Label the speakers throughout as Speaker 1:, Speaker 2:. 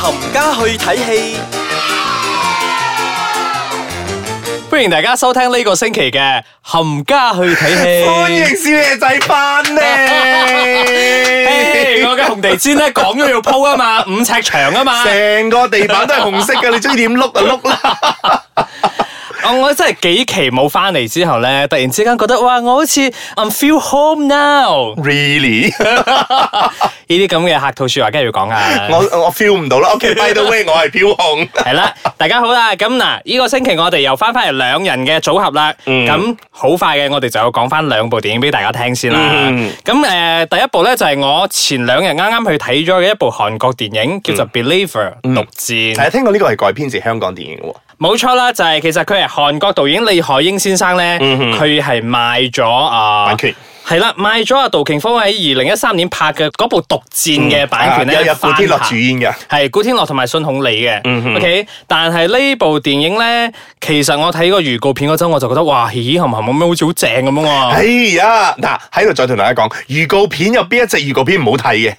Speaker 1: 冚家去睇戲。
Speaker 2: 欢迎大家收聽呢個星期嘅冚家去睇 戲。
Speaker 3: 欢迎少爷仔翻
Speaker 2: 嘿
Speaker 3: 嚟，
Speaker 2: 我嘅紅地氈咧講咗要鋪啊嘛， 五尺長啊嘛，
Speaker 3: 成個地板都係紅色嘅，你中意點碌就碌 啦。
Speaker 2: 我哦我真係幾期冇翻嚟之後咧，突然之間覺得哇，我好似 I'm feel home now，
Speaker 3: Really？
Speaker 2: 呢啲咁嘅客套说話梗係要講啊。
Speaker 3: 我我 feel 唔到啦。OK，by the way，我係飄紅。
Speaker 2: 係啦，大家好啦，咁嗱，呢個星期我哋又翻翻嚟兩人嘅組合啦，咁好、快嘅，我哋就要講翻兩部電影俾大家聽先啦。
Speaker 3: 嗯
Speaker 2: 咁誒、呃第一部咧就係、我前兩日啱啱去睇咗嘅一部韓國電影，叫做《Believer》毒戰。
Speaker 3: 係聽講呢個係改編自香港電影喎。
Speaker 2: 冇錯啦，就係其實佢係韓國導演李海英先生咧，佢係賣咗啊
Speaker 3: 嗯版權
Speaker 2: 係啦，賣咗阿杜瓊峰喺二零一三年拍嘅嗰部《毒戰》嘅版權
Speaker 3: 啊
Speaker 2: 咧，
Speaker 3: 有日古天樂主演嗯嘅。
Speaker 2: 係古天樂同埋信孔李嘅，OK。但係呢部電影咧，其實我睇個預告片嗰陣，我就覺得哇，咦冚冚咁樣好似好正咁
Speaker 3: 哎
Speaker 2: 喎。
Speaker 3: 呀，嗱喺度再同大家講，預告片有邊一隻預告片唔好睇嘅？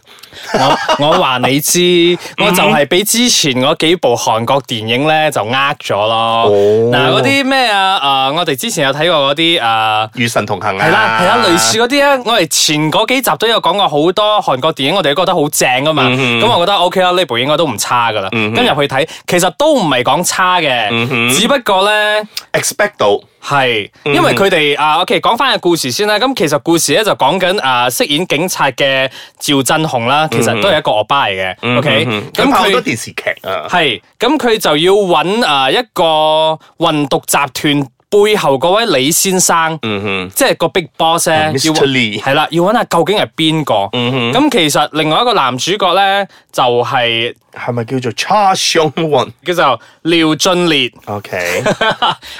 Speaker 2: 我我話你 知，我就
Speaker 3: 嗯
Speaker 2: 係俾之前嗰幾部韓國電影咧就呃咗咯。
Speaker 3: 哦
Speaker 2: 嗱嗰啲咩啊誒，我哋之前有睇過嗰啲誒。
Speaker 3: 與神同行啊！
Speaker 2: 系啦，系啦，類似嗰啲咧，我哋前嗰幾集都有講過好多韓國電影，我哋都覺得好正噶嘛。
Speaker 3: 嗯
Speaker 2: 咁、我覺得 O K 啦，呢部應該都唔差噶啦。咁入、去睇，其實都唔係講差嘅，
Speaker 3: 嗯
Speaker 2: 只不過咧
Speaker 3: expect 到。
Speaker 2: 係
Speaker 3: 嗯
Speaker 2: 因為佢哋啊，o k 講翻個故事先啦。咁其實故事咧就講緊啊，飾演警察嘅趙振雄啦，其
Speaker 3: 嗯
Speaker 2: 實都係一個惡霸嚟嘅。O K，
Speaker 3: 咁
Speaker 2: 咁
Speaker 3: 嗯拍好
Speaker 2: 佢
Speaker 3: 多。電視劇啊。
Speaker 2: 系，咁佢就要揾啊一個運毒集團背後嗰位李先生，
Speaker 3: 嗯
Speaker 2: 即係個 big boss 咧，
Speaker 3: Mr.
Speaker 2: 要
Speaker 3: 啊 Lee 嗯
Speaker 2: 係啦，要揾下究竟係邊個。咁、其實另外一個男主角咧就係
Speaker 3: 係咪叫做 Charles Young One？
Speaker 2: 叫做廖俊烈。
Speaker 3: OK，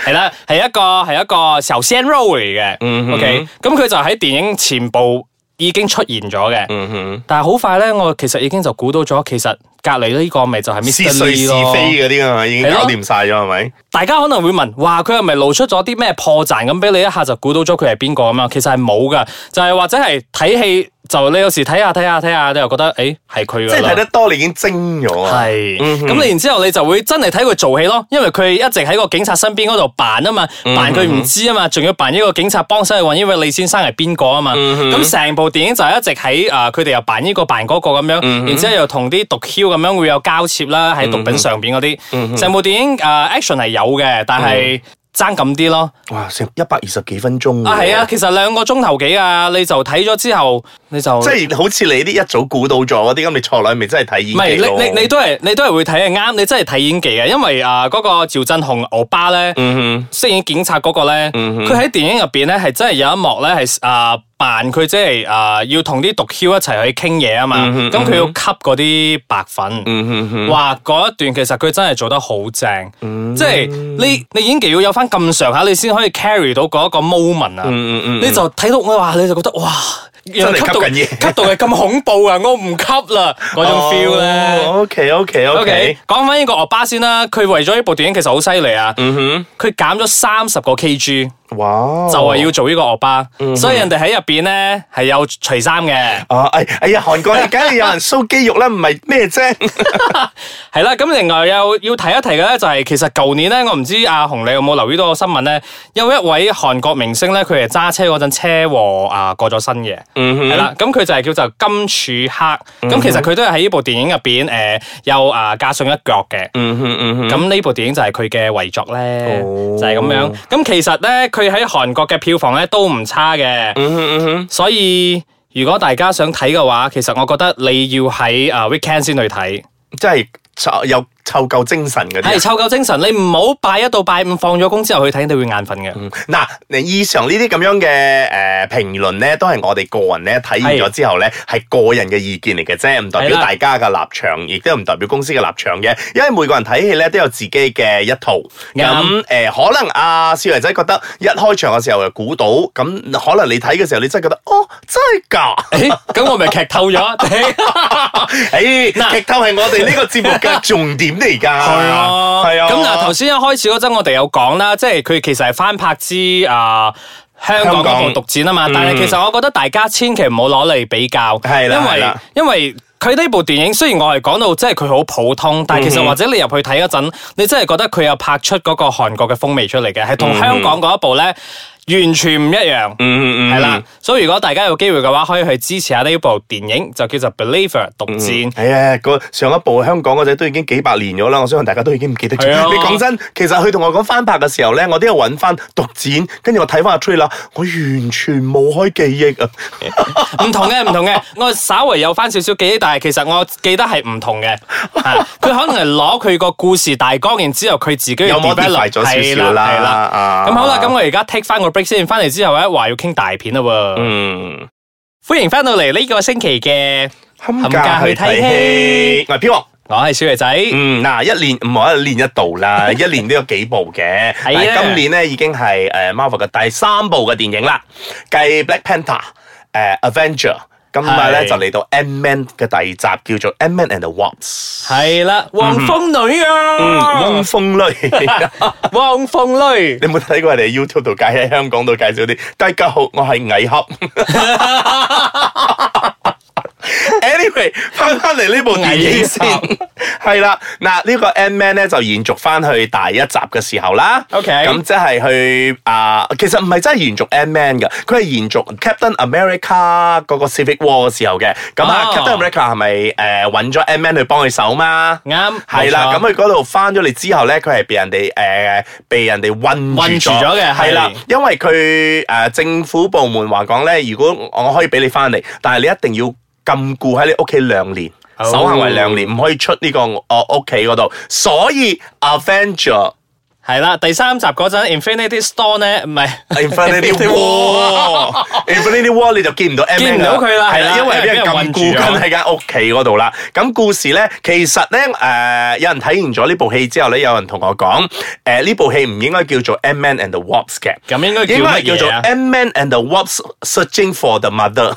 Speaker 2: 係啦，係一個係一個壽仙 role 嚟嘅。OK，咁
Speaker 3: 嗯
Speaker 2: 佢就喺電影前部已經出現咗嘅。
Speaker 3: 嗯
Speaker 2: 但係好快咧，我其實已經就估到咗，其實隔離呢個咪就係
Speaker 3: 是
Speaker 2: Mr.
Speaker 3: 碎
Speaker 2: Lee
Speaker 3: 是
Speaker 2: 咯。
Speaker 3: 非嗰啲啊嘛，已經搞掂晒咗係咪？
Speaker 2: 大家可能會問，哇，佢係咪露出咗啲咩破綻咁俾你一下就估到咗佢係邊個咁樣？其實係冇噶，就係、或者係睇戲就你有時睇下睇下睇下，你又覺得誒係佢
Speaker 3: 即
Speaker 2: 㗎
Speaker 3: 係睇
Speaker 2: 啦
Speaker 3: 得。多，你已經精咗啊。
Speaker 2: 係，咁你然之後你就會真係睇佢做戲咯，因為佢一直喺個警察身邊嗰度扮啊嘛，
Speaker 3: 嗯
Speaker 2: 扮佢唔知啊嘛，仲要扮呢個警察幫手去揾呢位李先生係邊個啊嘛，
Speaker 3: 嗯
Speaker 2: 咁成部電影就一直喺啊佢哋又扮呢個扮嗰個咁樣，
Speaker 3: 嗯
Speaker 2: 然之後又同啲毒梟咁樣會有交涉啦，喺毒品上邊嗰
Speaker 3: 嗯
Speaker 2: 啲，成部電影啊 action 係有嘅，但係爭咁啲咯，
Speaker 3: 哇，成一百二十幾分鐘喎
Speaker 2: 啊係啊，其實兩個鐘頭幾啊，你就睇咗之後你就
Speaker 3: 即係好似你啲一早估到咗嗰啲，咁你錯耐咪真係睇演
Speaker 2: 唔係
Speaker 3: 技咯
Speaker 2: 你你你都係你都係會睇嘅啱，你真係睇演技嘅，因為啊嗰、個趙振雄歐巴咧，
Speaker 3: 嗯
Speaker 2: 飾演警察嗰個咧，佢喺、電影入邊咧係真係有一幕咧係啊扮佢即係啊要同啲毒枭一齊去傾嘢啊嘛，
Speaker 3: 嗯
Speaker 2: 咁佢、要吸嗰啲白粉，哇嗰一段其實佢真係做得好正，
Speaker 3: 嗯
Speaker 2: 即係你你演技要有翻咁上下，你先可以 carry 到嗰一個 moment 啊，
Speaker 3: 嗯
Speaker 2: 你就睇到我話你就覺得哇！
Speaker 3: 真係吸緊嘢哦
Speaker 2: 吸到係咁恐怖啊！我唔吸啦，嗰種 feel 咧。
Speaker 3: O K O K O
Speaker 2: OK，
Speaker 3: K，
Speaker 2: 講翻呢個惡巴先啦，佢為咗呢部電影其實好犀利啊，
Speaker 3: 嗯
Speaker 2: 佢減咗三十個 kg，
Speaker 3: 哇，
Speaker 2: 就係要做呢個惡巴，
Speaker 3: 嗯
Speaker 2: 所以人哋喺入邊咧係有除衫嘅，
Speaker 3: 啊，哎哎呀，韓國你梗係有人 show 肌肉啦，唔係咩 啫？
Speaker 2: 係啦。咁另外又要提一提嘅咧，就係其實舊年咧，我唔知阿紅你有冇留意到個新聞咧，有一位韓國明星咧，佢係揸車嗰陣車禍啊過咗身嘅。
Speaker 3: 嗯
Speaker 2: 係啦，咁佢就係叫做金柱黑，咁、其實佢都係喺呢部電影入邊誒有啊加上一腳嘅，
Speaker 3: 嗯哼嗯哼，
Speaker 2: 咁呢部電影就係佢嘅遺作咧，
Speaker 3: 哦
Speaker 2: 就係咁樣。咁其實咧，佢喺韓國嘅票房咧都唔差嘅，
Speaker 3: 嗯哼嗯哼，
Speaker 2: 所以如果大家想睇嘅話，其實我覺得你要喺啊 weekend 先去睇，
Speaker 3: 真係湊有湊夠精神嗰
Speaker 2: 係
Speaker 3: 啲。啊
Speaker 2: 湊夠精神。你唔好拜一到拜五放咗工之後去睇，你會眼瞓嘅。
Speaker 3: 嗱，你以上呢啲咁樣嘅誒評論咧，都係我哋個人咧睇完咗之後咧，係個人嘅意見嚟嘅啫，唔代表
Speaker 2: 係啦
Speaker 3: 大家嘅立場，亦都唔代表公司嘅立場嘅。因為每個人睇戲咧都有自己嘅一套。
Speaker 2: 啱
Speaker 3: 咁誒、可能阿少爺仔覺得一開場嘅時候就估到，咁可能你睇嘅時候你真係覺得，哦，真 係㗎！
Speaker 2: 誒咁、我咪劇 透咗。嗱
Speaker 3: 誒，哎劇透係我哋呢個節目嘅重點嚟㗎。係
Speaker 2: 係啊，
Speaker 3: 係啊。
Speaker 2: 咁嗱，頭先一開始嗰陣，我哋有講啦，即係佢其實係翻拍之啊。香港嗰部獨戰啊嘛，但係其實我覺得大家千祈唔好攞嚟比較，
Speaker 3: 嗯係啦
Speaker 2: 因
Speaker 3: 係
Speaker 2: 為
Speaker 3: 啦
Speaker 2: 因為佢呢部電影雖然我係講到即係佢好普通，
Speaker 3: 嗯
Speaker 2: 但係其實或者你入去睇嗰陣，你真係覺得佢有拍出嗰個韓國嘅風味出嚟嘅，係
Speaker 3: 嗯
Speaker 2: 同香港嗰一部咧完全唔一樣。
Speaker 3: 嗯嗯嗯，
Speaker 2: 係啦，所以如果大家有機會嘅話，可以去支持下呢部電影，就叫做《Believer》獨戰。
Speaker 3: 系啊，個上一部香港嗰陣都已經幾百年咗啦，我相信大家都已經唔記得咗。
Speaker 2: 係啊
Speaker 3: 你講真，其實佢同我講翻拍嘅時候咧，我都有揾翻獨展，跟住我睇翻阿 t r a 我完全冇開記憶 啊！
Speaker 2: 唔同 嘅，唔同嘅，我稍微有翻少少記憶，但係其實我記得係唔同嘅。啊佢可能係攞佢個故事大綱，然之後佢自己
Speaker 3: 有 modify
Speaker 2: develop
Speaker 3: 咗少少
Speaker 2: 係
Speaker 3: 啦
Speaker 2: 係
Speaker 3: 啊
Speaker 2: 咁好啦，咁我而家 take 翻個 break 先，翻嚟之後咧話要傾大片啦喎。
Speaker 3: 嗯，
Speaker 2: 歡迎翻到嚟呢個星期嘅，
Speaker 3: 冚
Speaker 2: 家去睇戲，
Speaker 3: 我係飄王。
Speaker 2: 我係小肥仔。
Speaker 3: 嗯，嗱，一年唔係一年一度 啦，一年都有幾部嘅。但
Speaker 2: 係啊
Speaker 3: 係今年咧已經係誒 Marvel 嘅第三部嘅電影啦，繼 Black Panther、誒 Avenger，今日咧
Speaker 2: 係
Speaker 3: 就嚟到 Ant-Man 嘅第二集，叫做 Ant-Man and the Wasp。
Speaker 2: 係啦，黃蜂女
Speaker 3: 嗯，
Speaker 2: 啊
Speaker 3: 汪，峰類，
Speaker 2: 黃蜂女，
Speaker 3: 你有冇睇過人哋 YouTube 度介喺香港度介紹啲？大家好，我係 蟻俠。anyway，翻翻嚟呢部電影先
Speaker 2: 蟻，
Speaker 3: 係啦，嗱呢個 Ant Man 咧就延續翻去第一集嘅時候啦。
Speaker 2: OK
Speaker 3: 咁即係去啊、其實唔係真係延續 Ant Man 嘅，佢係延續 Captain America 嗰個 Civic War 嘅時候嘅。咁啊、
Speaker 2: 哦
Speaker 3: c a p t a i n America 係咪誒揾咗 Ant Man 去幫佢手嘛？
Speaker 2: 啱，
Speaker 3: 係啦，
Speaker 2: 冇錯
Speaker 3: 咁佢嗰度翻咗嚟之後咧，佢係被人哋誒、呃被人哋困
Speaker 2: 困住咗嘅
Speaker 3: 係啦
Speaker 2: 係，
Speaker 3: 因為佢誒、呃政府部門話講咧，如果我可以俾你翻嚟，但係你一定要禁錮喺你屋企兩年。
Speaker 2: 哦
Speaker 3: 守行為兩年，唔可以出呢、個我屋企嗰度，所以 Avenger
Speaker 2: 係啦，第三集嗰陣 Infinity Stone 咧，唔係
Speaker 3: Infinity War，Infinity War 你就見唔到 M
Speaker 2: 見唔到佢啦
Speaker 3: 係
Speaker 2: 係
Speaker 3: 啦，
Speaker 2: 啦
Speaker 3: 因為俾
Speaker 2: 因為俾
Speaker 3: 人禁
Speaker 2: 人
Speaker 3: 錮
Speaker 2: 困
Speaker 3: 緊
Speaker 2: 住咗
Speaker 3: 喺間屋企嗰度啦。咁故事咧，其實咧，誒、有人睇完咗呢部戲之後咧，有人同我講，誒、呢部戲唔應該叫做《Ant Man and the Wasp》嘅，
Speaker 2: 咁應該叫
Speaker 3: 應該係
Speaker 2: 乜
Speaker 3: 叫做
Speaker 2: 嘢
Speaker 3: 《
Speaker 2: 啊？
Speaker 3: Ant Man and the Wasp Searching for the Mother》。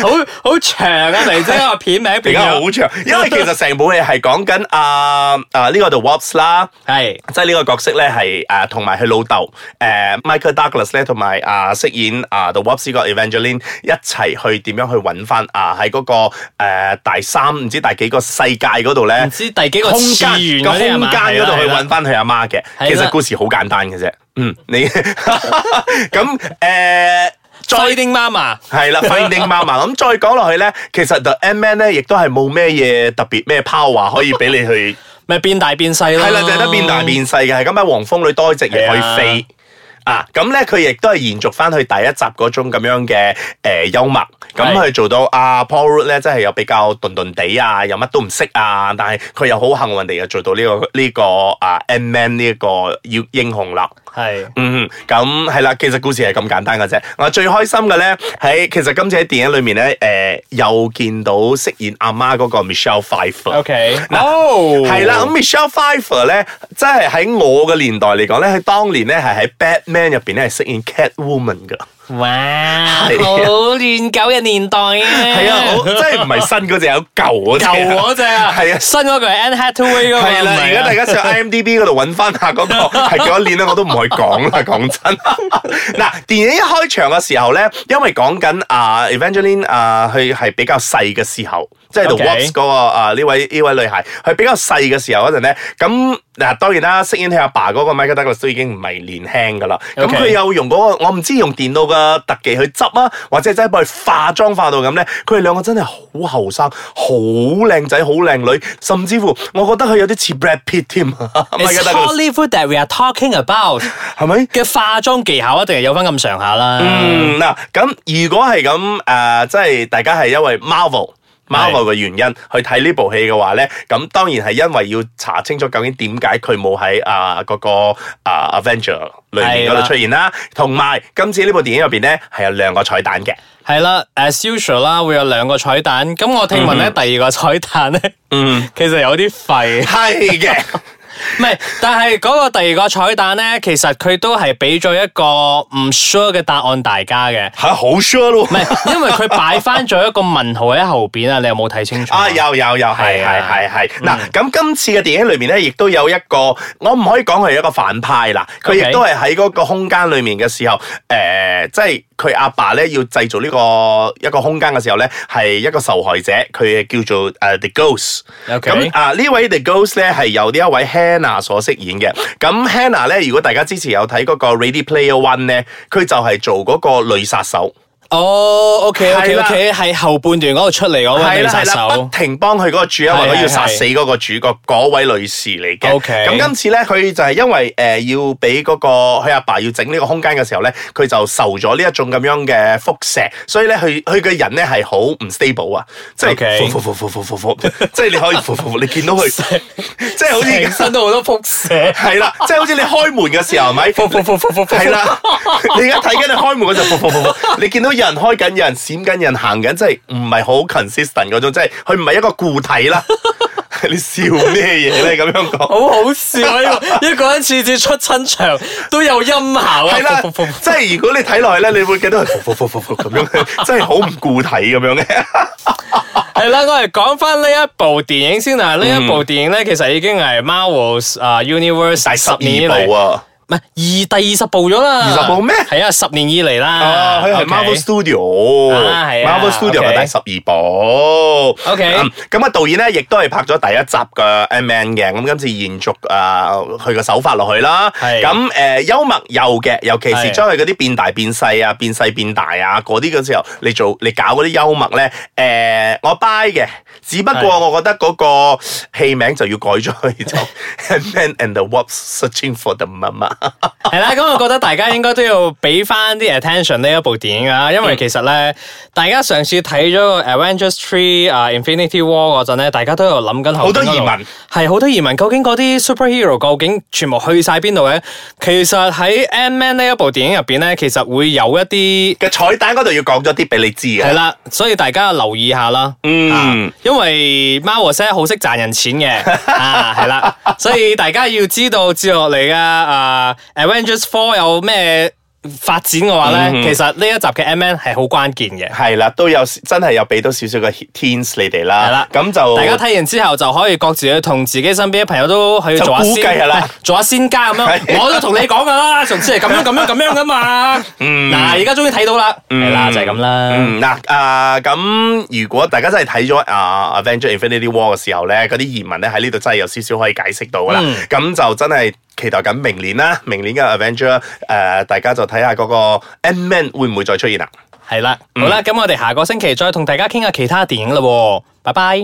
Speaker 2: 好好長啊！嚟啫，個片名
Speaker 3: 而
Speaker 2: 變
Speaker 3: 家
Speaker 2: 咗
Speaker 3: 好長，因為其實成部戲係講緊啊啊呢個 The Wasp 啦。
Speaker 2: 係
Speaker 3: 即係呢個角色咧係誒同埋佢老豆誒 Michael Douglas 咧同埋啊飾演啊 The Wasp 個 Evangeline 一齊去點樣去揾翻啊喺嗰個誒第三唔知第幾個世界嗰度咧
Speaker 2: 唔知第幾個
Speaker 3: 空
Speaker 2: 次
Speaker 3: 間
Speaker 2: 元
Speaker 3: 個
Speaker 2: 嗰啲
Speaker 3: 空
Speaker 2: 係
Speaker 3: 間
Speaker 2: 嘛
Speaker 3: 嗰
Speaker 2: 係
Speaker 3: 度去
Speaker 2: 啦係啦
Speaker 3: 揾翻佢阿媽嘅。
Speaker 2: 係啦
Speaker 3: 其實故事好簡單嘅啫。嗯，你 咁誒。再
Speaker 2: Finding Mama
Speaker 3: 係啦 ，Finding Mama。咁再講落去咧，其實 The Ant Man 咧，亦都係冇咩嘢特別咩 power 可以俾你去
Speaker 2: 咪變大變細咯。
Speaker 3: 係啦，就係得變大變細嘅，係咁喺黃蜂裏多一隻翼可以
Speaker 2: 哦係啊
Speaker 3: 飛。啊，咁咧佢亦都係延續翻佢第一集嗰種咁樣嘅誒、呃幽默，咁
Speaker 2: 係
Speaker 3: 佢做到啊 Paul Rudd 咧，真係又比較頓頓地啊，又乜都唔識啊，但係佢又好幸運地又做到呢、個呢、個啊 Ant Man 呢一個要英雄啦。
Speaker 2: 係
Speaker 3: 嗯，咁係啦，其實故事係咁簡單嘅啫。我最開心嘅咧，喺其實今次喺電影裏面咧，誒、又見到飾演阿媽嗰個 Michelle Pfeiffer。
Speaker 2: OK。
Speaker 3: 嗱
Speaker 2: 哦，
Speaker 3: 係啦，咁 Michelle Pfeiffer 咧，即係喺我嘅年代嚟講咧，佢當年咧係喺 Batman 入邊咧係飾演 Catwoman 噶。
Speaker 2: 哇，
Speaker 3: 係啊
Speaker 2: 好亂狗嘅年代啊！
Speaker 3: 係啊，好，即係唔係新嗰只，有舊嗰只。
Speaker 2: 舊嗰只啊，
Speaker 3: 係啊
Speaker 2: 新嗰個係 Anne Hathaway 嗰個，
Speaker 3: 係啦，
Speaker 2: 唔係啊
Speaker 3: 而家大家上 IMDB 嗰度揾翻下嗰個係幾多年咧，我都唔去講啦，講真。 嗱，電影一開場嘅時候咧，因為講緊啊 Evangeline 啊，佢係比較細嘅時候，即係 The
Speaker 2: OK
Speaker 3: Wasp 嗰個啊呢位呢位女孩，佢比較細嘅時候嗰陣咧，咁嗱當然啦，飾演佢阿爸嗰個 Michael Douglas 都已經唔係年輕噶啦，咁
Speaker 2: OK
Speaker 3: 佢有用嗰個我唔知用電腦嘅特技去執啊，或者真係幫佢化妝化到咁咧，佢哋兩個真係好後生，好靚仔，好靚女，甚至乎我覺得佢有啲似 Brad Pitt 添啊
Speaker 2: It's
Speaker 3: ，Michael Douglas
Speaker 2: Hollywood that we are talking about
Speaker 3: 係咪？
Speaker 2: 嘅化妝技巧一定係有翻咁上下啦。
Speaker 3: 嗯，嗱，咁如果係咁誒，呃即係大家係因為 Marvel。Marvel 嘅原因去睇呢部戲嘅話咧，咁當然係因為要查清楚究竟點解佢冇喺啊嗰個啊 Avenger 裏面嗰
Speaker 2: 係
Speaker 3: 度
Speaker 2: 啦
Speaker 3: 出現啦，同埋今次呢部電影入邊咧係有兩個彩蛋嘅，
Speaker 2: 係啦，as usual 啦，會有兩個彩 蛋。咁我聽聞咧，第二個彩蛋咧，
Speaker 3: 嗯，
Speaker 2: 其實有啲廢。
Speaker 3: 係嘅，
Speaker 2: 唔係，但係嗰個第二個彩蛋咧，其實佢都係俾咗一個唔 sure 嘅答案大家嘅，
Speaker 3: 係好 sure 咯
Speaker 2: 唔。 係，因為佢擺翻咗一個問號喺後邊啊，你有冇睇清楚？
Speaker 3: 啊，有有有，
Speaker 2: 係
Speaker 3: 係
Speaker 2: 啊
Speaker 3: 係係係。嗱，咁今次嘅電影裏面咧，亦都有一個，我唔可以講佢係一個反派啦，佢
Speaker 2: OK
Speaker 3: 亦都係喺嗰個空間裏面嘅時候，誒、即係佢阿爸咧要製造呢、個一個空間嘅時候咧，係一個受害者，佢叫做誒、呃 The Ghost。
Speaker 2: OK
Speaker 3: 咁啊，呢位 The Ghost 咧係由呢一位 Hannah 所飾演嘅。咁 Hannah 咧，如果大家之前有睇嗰個 Ready Player One 咧，佢就係做嗰個女殺手。
Speaker 2: 哦，OK
Speaker 3: 係
Speaker 2: OK
Speaker 3: 啦
Speaker 2: OK，係後半段嗰度出嚟嗰位
Speaker 3: 係
Speaker 2: 女
Speaker 3: 啦
Speaker 2: 殺
Speaker 3: 係啦，
Speaker 2: 手
Speaker 3: 不。停幫佢嗰個主因為
Speaker 2: 係
Speaker 3: 佢
Speaker 2: 係
Speaker 3: 要殺死嗰個主角嗰位女士嚟嘅。
Speaker 2: OK
Speaker 3: 咁今次咧，佢就係因為誒、呃要俾嗰、個佢阿爸要整呢個空間嘅時候咧，佢就受咗呢一種咁樣嘅輻射，所以咧佢佢嘅人咧係好唔 stable 啊，即係
Speaker 2: OK
Speaker 3: 伏伏伏伏伏伏伏即係你可以伏伏伏，你見到佢即係 好
Speaker 2: 成
Speaker 3: 似
Speaker 2: 身都好多輻 射，
Speaker 3: 係啦，即係好似你開門嘅時候係 咪？
Speaker 2: 噗噗噗噗噗
Speaker 3: 系
Speaker 2: 噗，
Speaker 3: 啦， 你而家睇緊你開門嗰陣，噗噗噗噗你見到有人開緊，有人閃緊，有人行緊，真係唔係好 consistent 嗰種，即係佢唔係一個固體 啦。你笑咩嘢咧？咁樣講。
Speaker 2: 好好笑啊！呢個一個人次次出親場都有音效啊！
Speaker 3: 係啦
Speaker 2: 噗噗噗，
Speaker 3: 即係如果你睇落去咧，你會見到佢噗噗噗噗噗咁樣，真係好唔固體咁樣嘅。
Speaker 2: 係啦，我哋講翻呢一部電影先啊！
Speaker 3: 嗯
Speaker 2: 呢一部電影咧，其實已經係 Marvel 啊 Universe
Speaker 3: 第十
Speaker 2: 十年以
Speaker 3: 二部
Speaker 2: 嚟，
Speaker 3: 啊，
Speaker 2: 唔係二第二十部咗啦，
Speaker 3: 20部咩
Speaker 2: 係啊，十年以嚟啦
Speaker 3: 啊，，佢係
Speaker 2: OK
Speaker 3: Marvel
Speaker 2: 啊係啊
Speaker 3: Studio，Marvel Studio 嘅
Speaker 2: OK
Speaker 3: 第十二部。
Speaker 2: OK
Speaker 3: 嗯咁啊，導演咧亦都係拍咗第一集嘅 M Man 嘅，咁今次延續啊佢嘅手法落去啦。
Speaker 2: 係
Speaker 3: 咁誒幽默有嘅，尤其是
Speaker 2: 係
Speaker 3: 將佢嗰啲變大變細啊、變細變大啊嗰啲嘅時候，你做你搞嗰啲幽默咧，誒我 buy 嘅，只不過
Speaker 2: 係
Speaker 3: 我覺得嗰個戲名就要改咗去就 M Man and the Wasp Searching for the Mama。
Speaker 2: 係啦，咁我覺得大家應該都要俾翻啲 attention 呢一部電影啊，因
Speaker 3: 嗯
Speaker 2: 為其實咧，大家上次睇咗《Avengers Three》啊《Infinity War》嗰陣咧，大家都有諗緊
Speaker 3: 好多疑問，
Speaker 2: 係好多疑問，究竟嗰啲 superhero 究竟全部去晒邊度嘅？其實喺《Ant Man》呢一部電影入邊咧，其實會有一啲
Speaker 3: 嘅彩蛋嗰度要講咗啲俾你知 嘅。
Speaker 2: 係啦，所以大家留意下啦。
Speaker 3: 嗯
Speaker 2: 啊，因為貓和聲好識賺人錢嘅， 啊係啦，所以大家要知道接落嚟嘅啊 Avengers Four 有咩發展嘅話咧，
Speaker 3: 嗯
Speaker 2: 其實呢一集嘅 M N 係好關鍵嘅。
Speaker 3: 係啦，都有真係有俾到少少嘅 hints 你哋啦。
Speaker 2: 係啦
Speaker 3: 咁就
Speaker 2: 大家睇完之後就可以各自去同自己身邊嘅朋友都去做下
Speaker 3: 就估計係
Speaker 2: 先，
Speaker 3: 啦
Speaker 2: 係 做下先家咁
Speaker 3: 係
Speaker 2: 樣。我都同你講噶啦，上次係咁樣咁樣咁樣噶嘛。嗱，而家終於睇到啦，係啦，就係咁啦。
Speaker 3: 嗯嗱啊咁，如果大家真係睇咗啊《Avenger Infinity War》嘅時候咧，嗰啲疑問咧喺呢度真係有少少可以解釋到噶
Speaker 2: 嗯
Speaker 3: 啦。咁、就真係期待緊明年啦，明年嘅 Avenger 誒、大家就睇下嗰個 Ant Man 會唔會再出現啦。
Speaker 2: 係啦，好啦，咁我哋下個星期再同大家傾下其他電影啦喎，拜拜。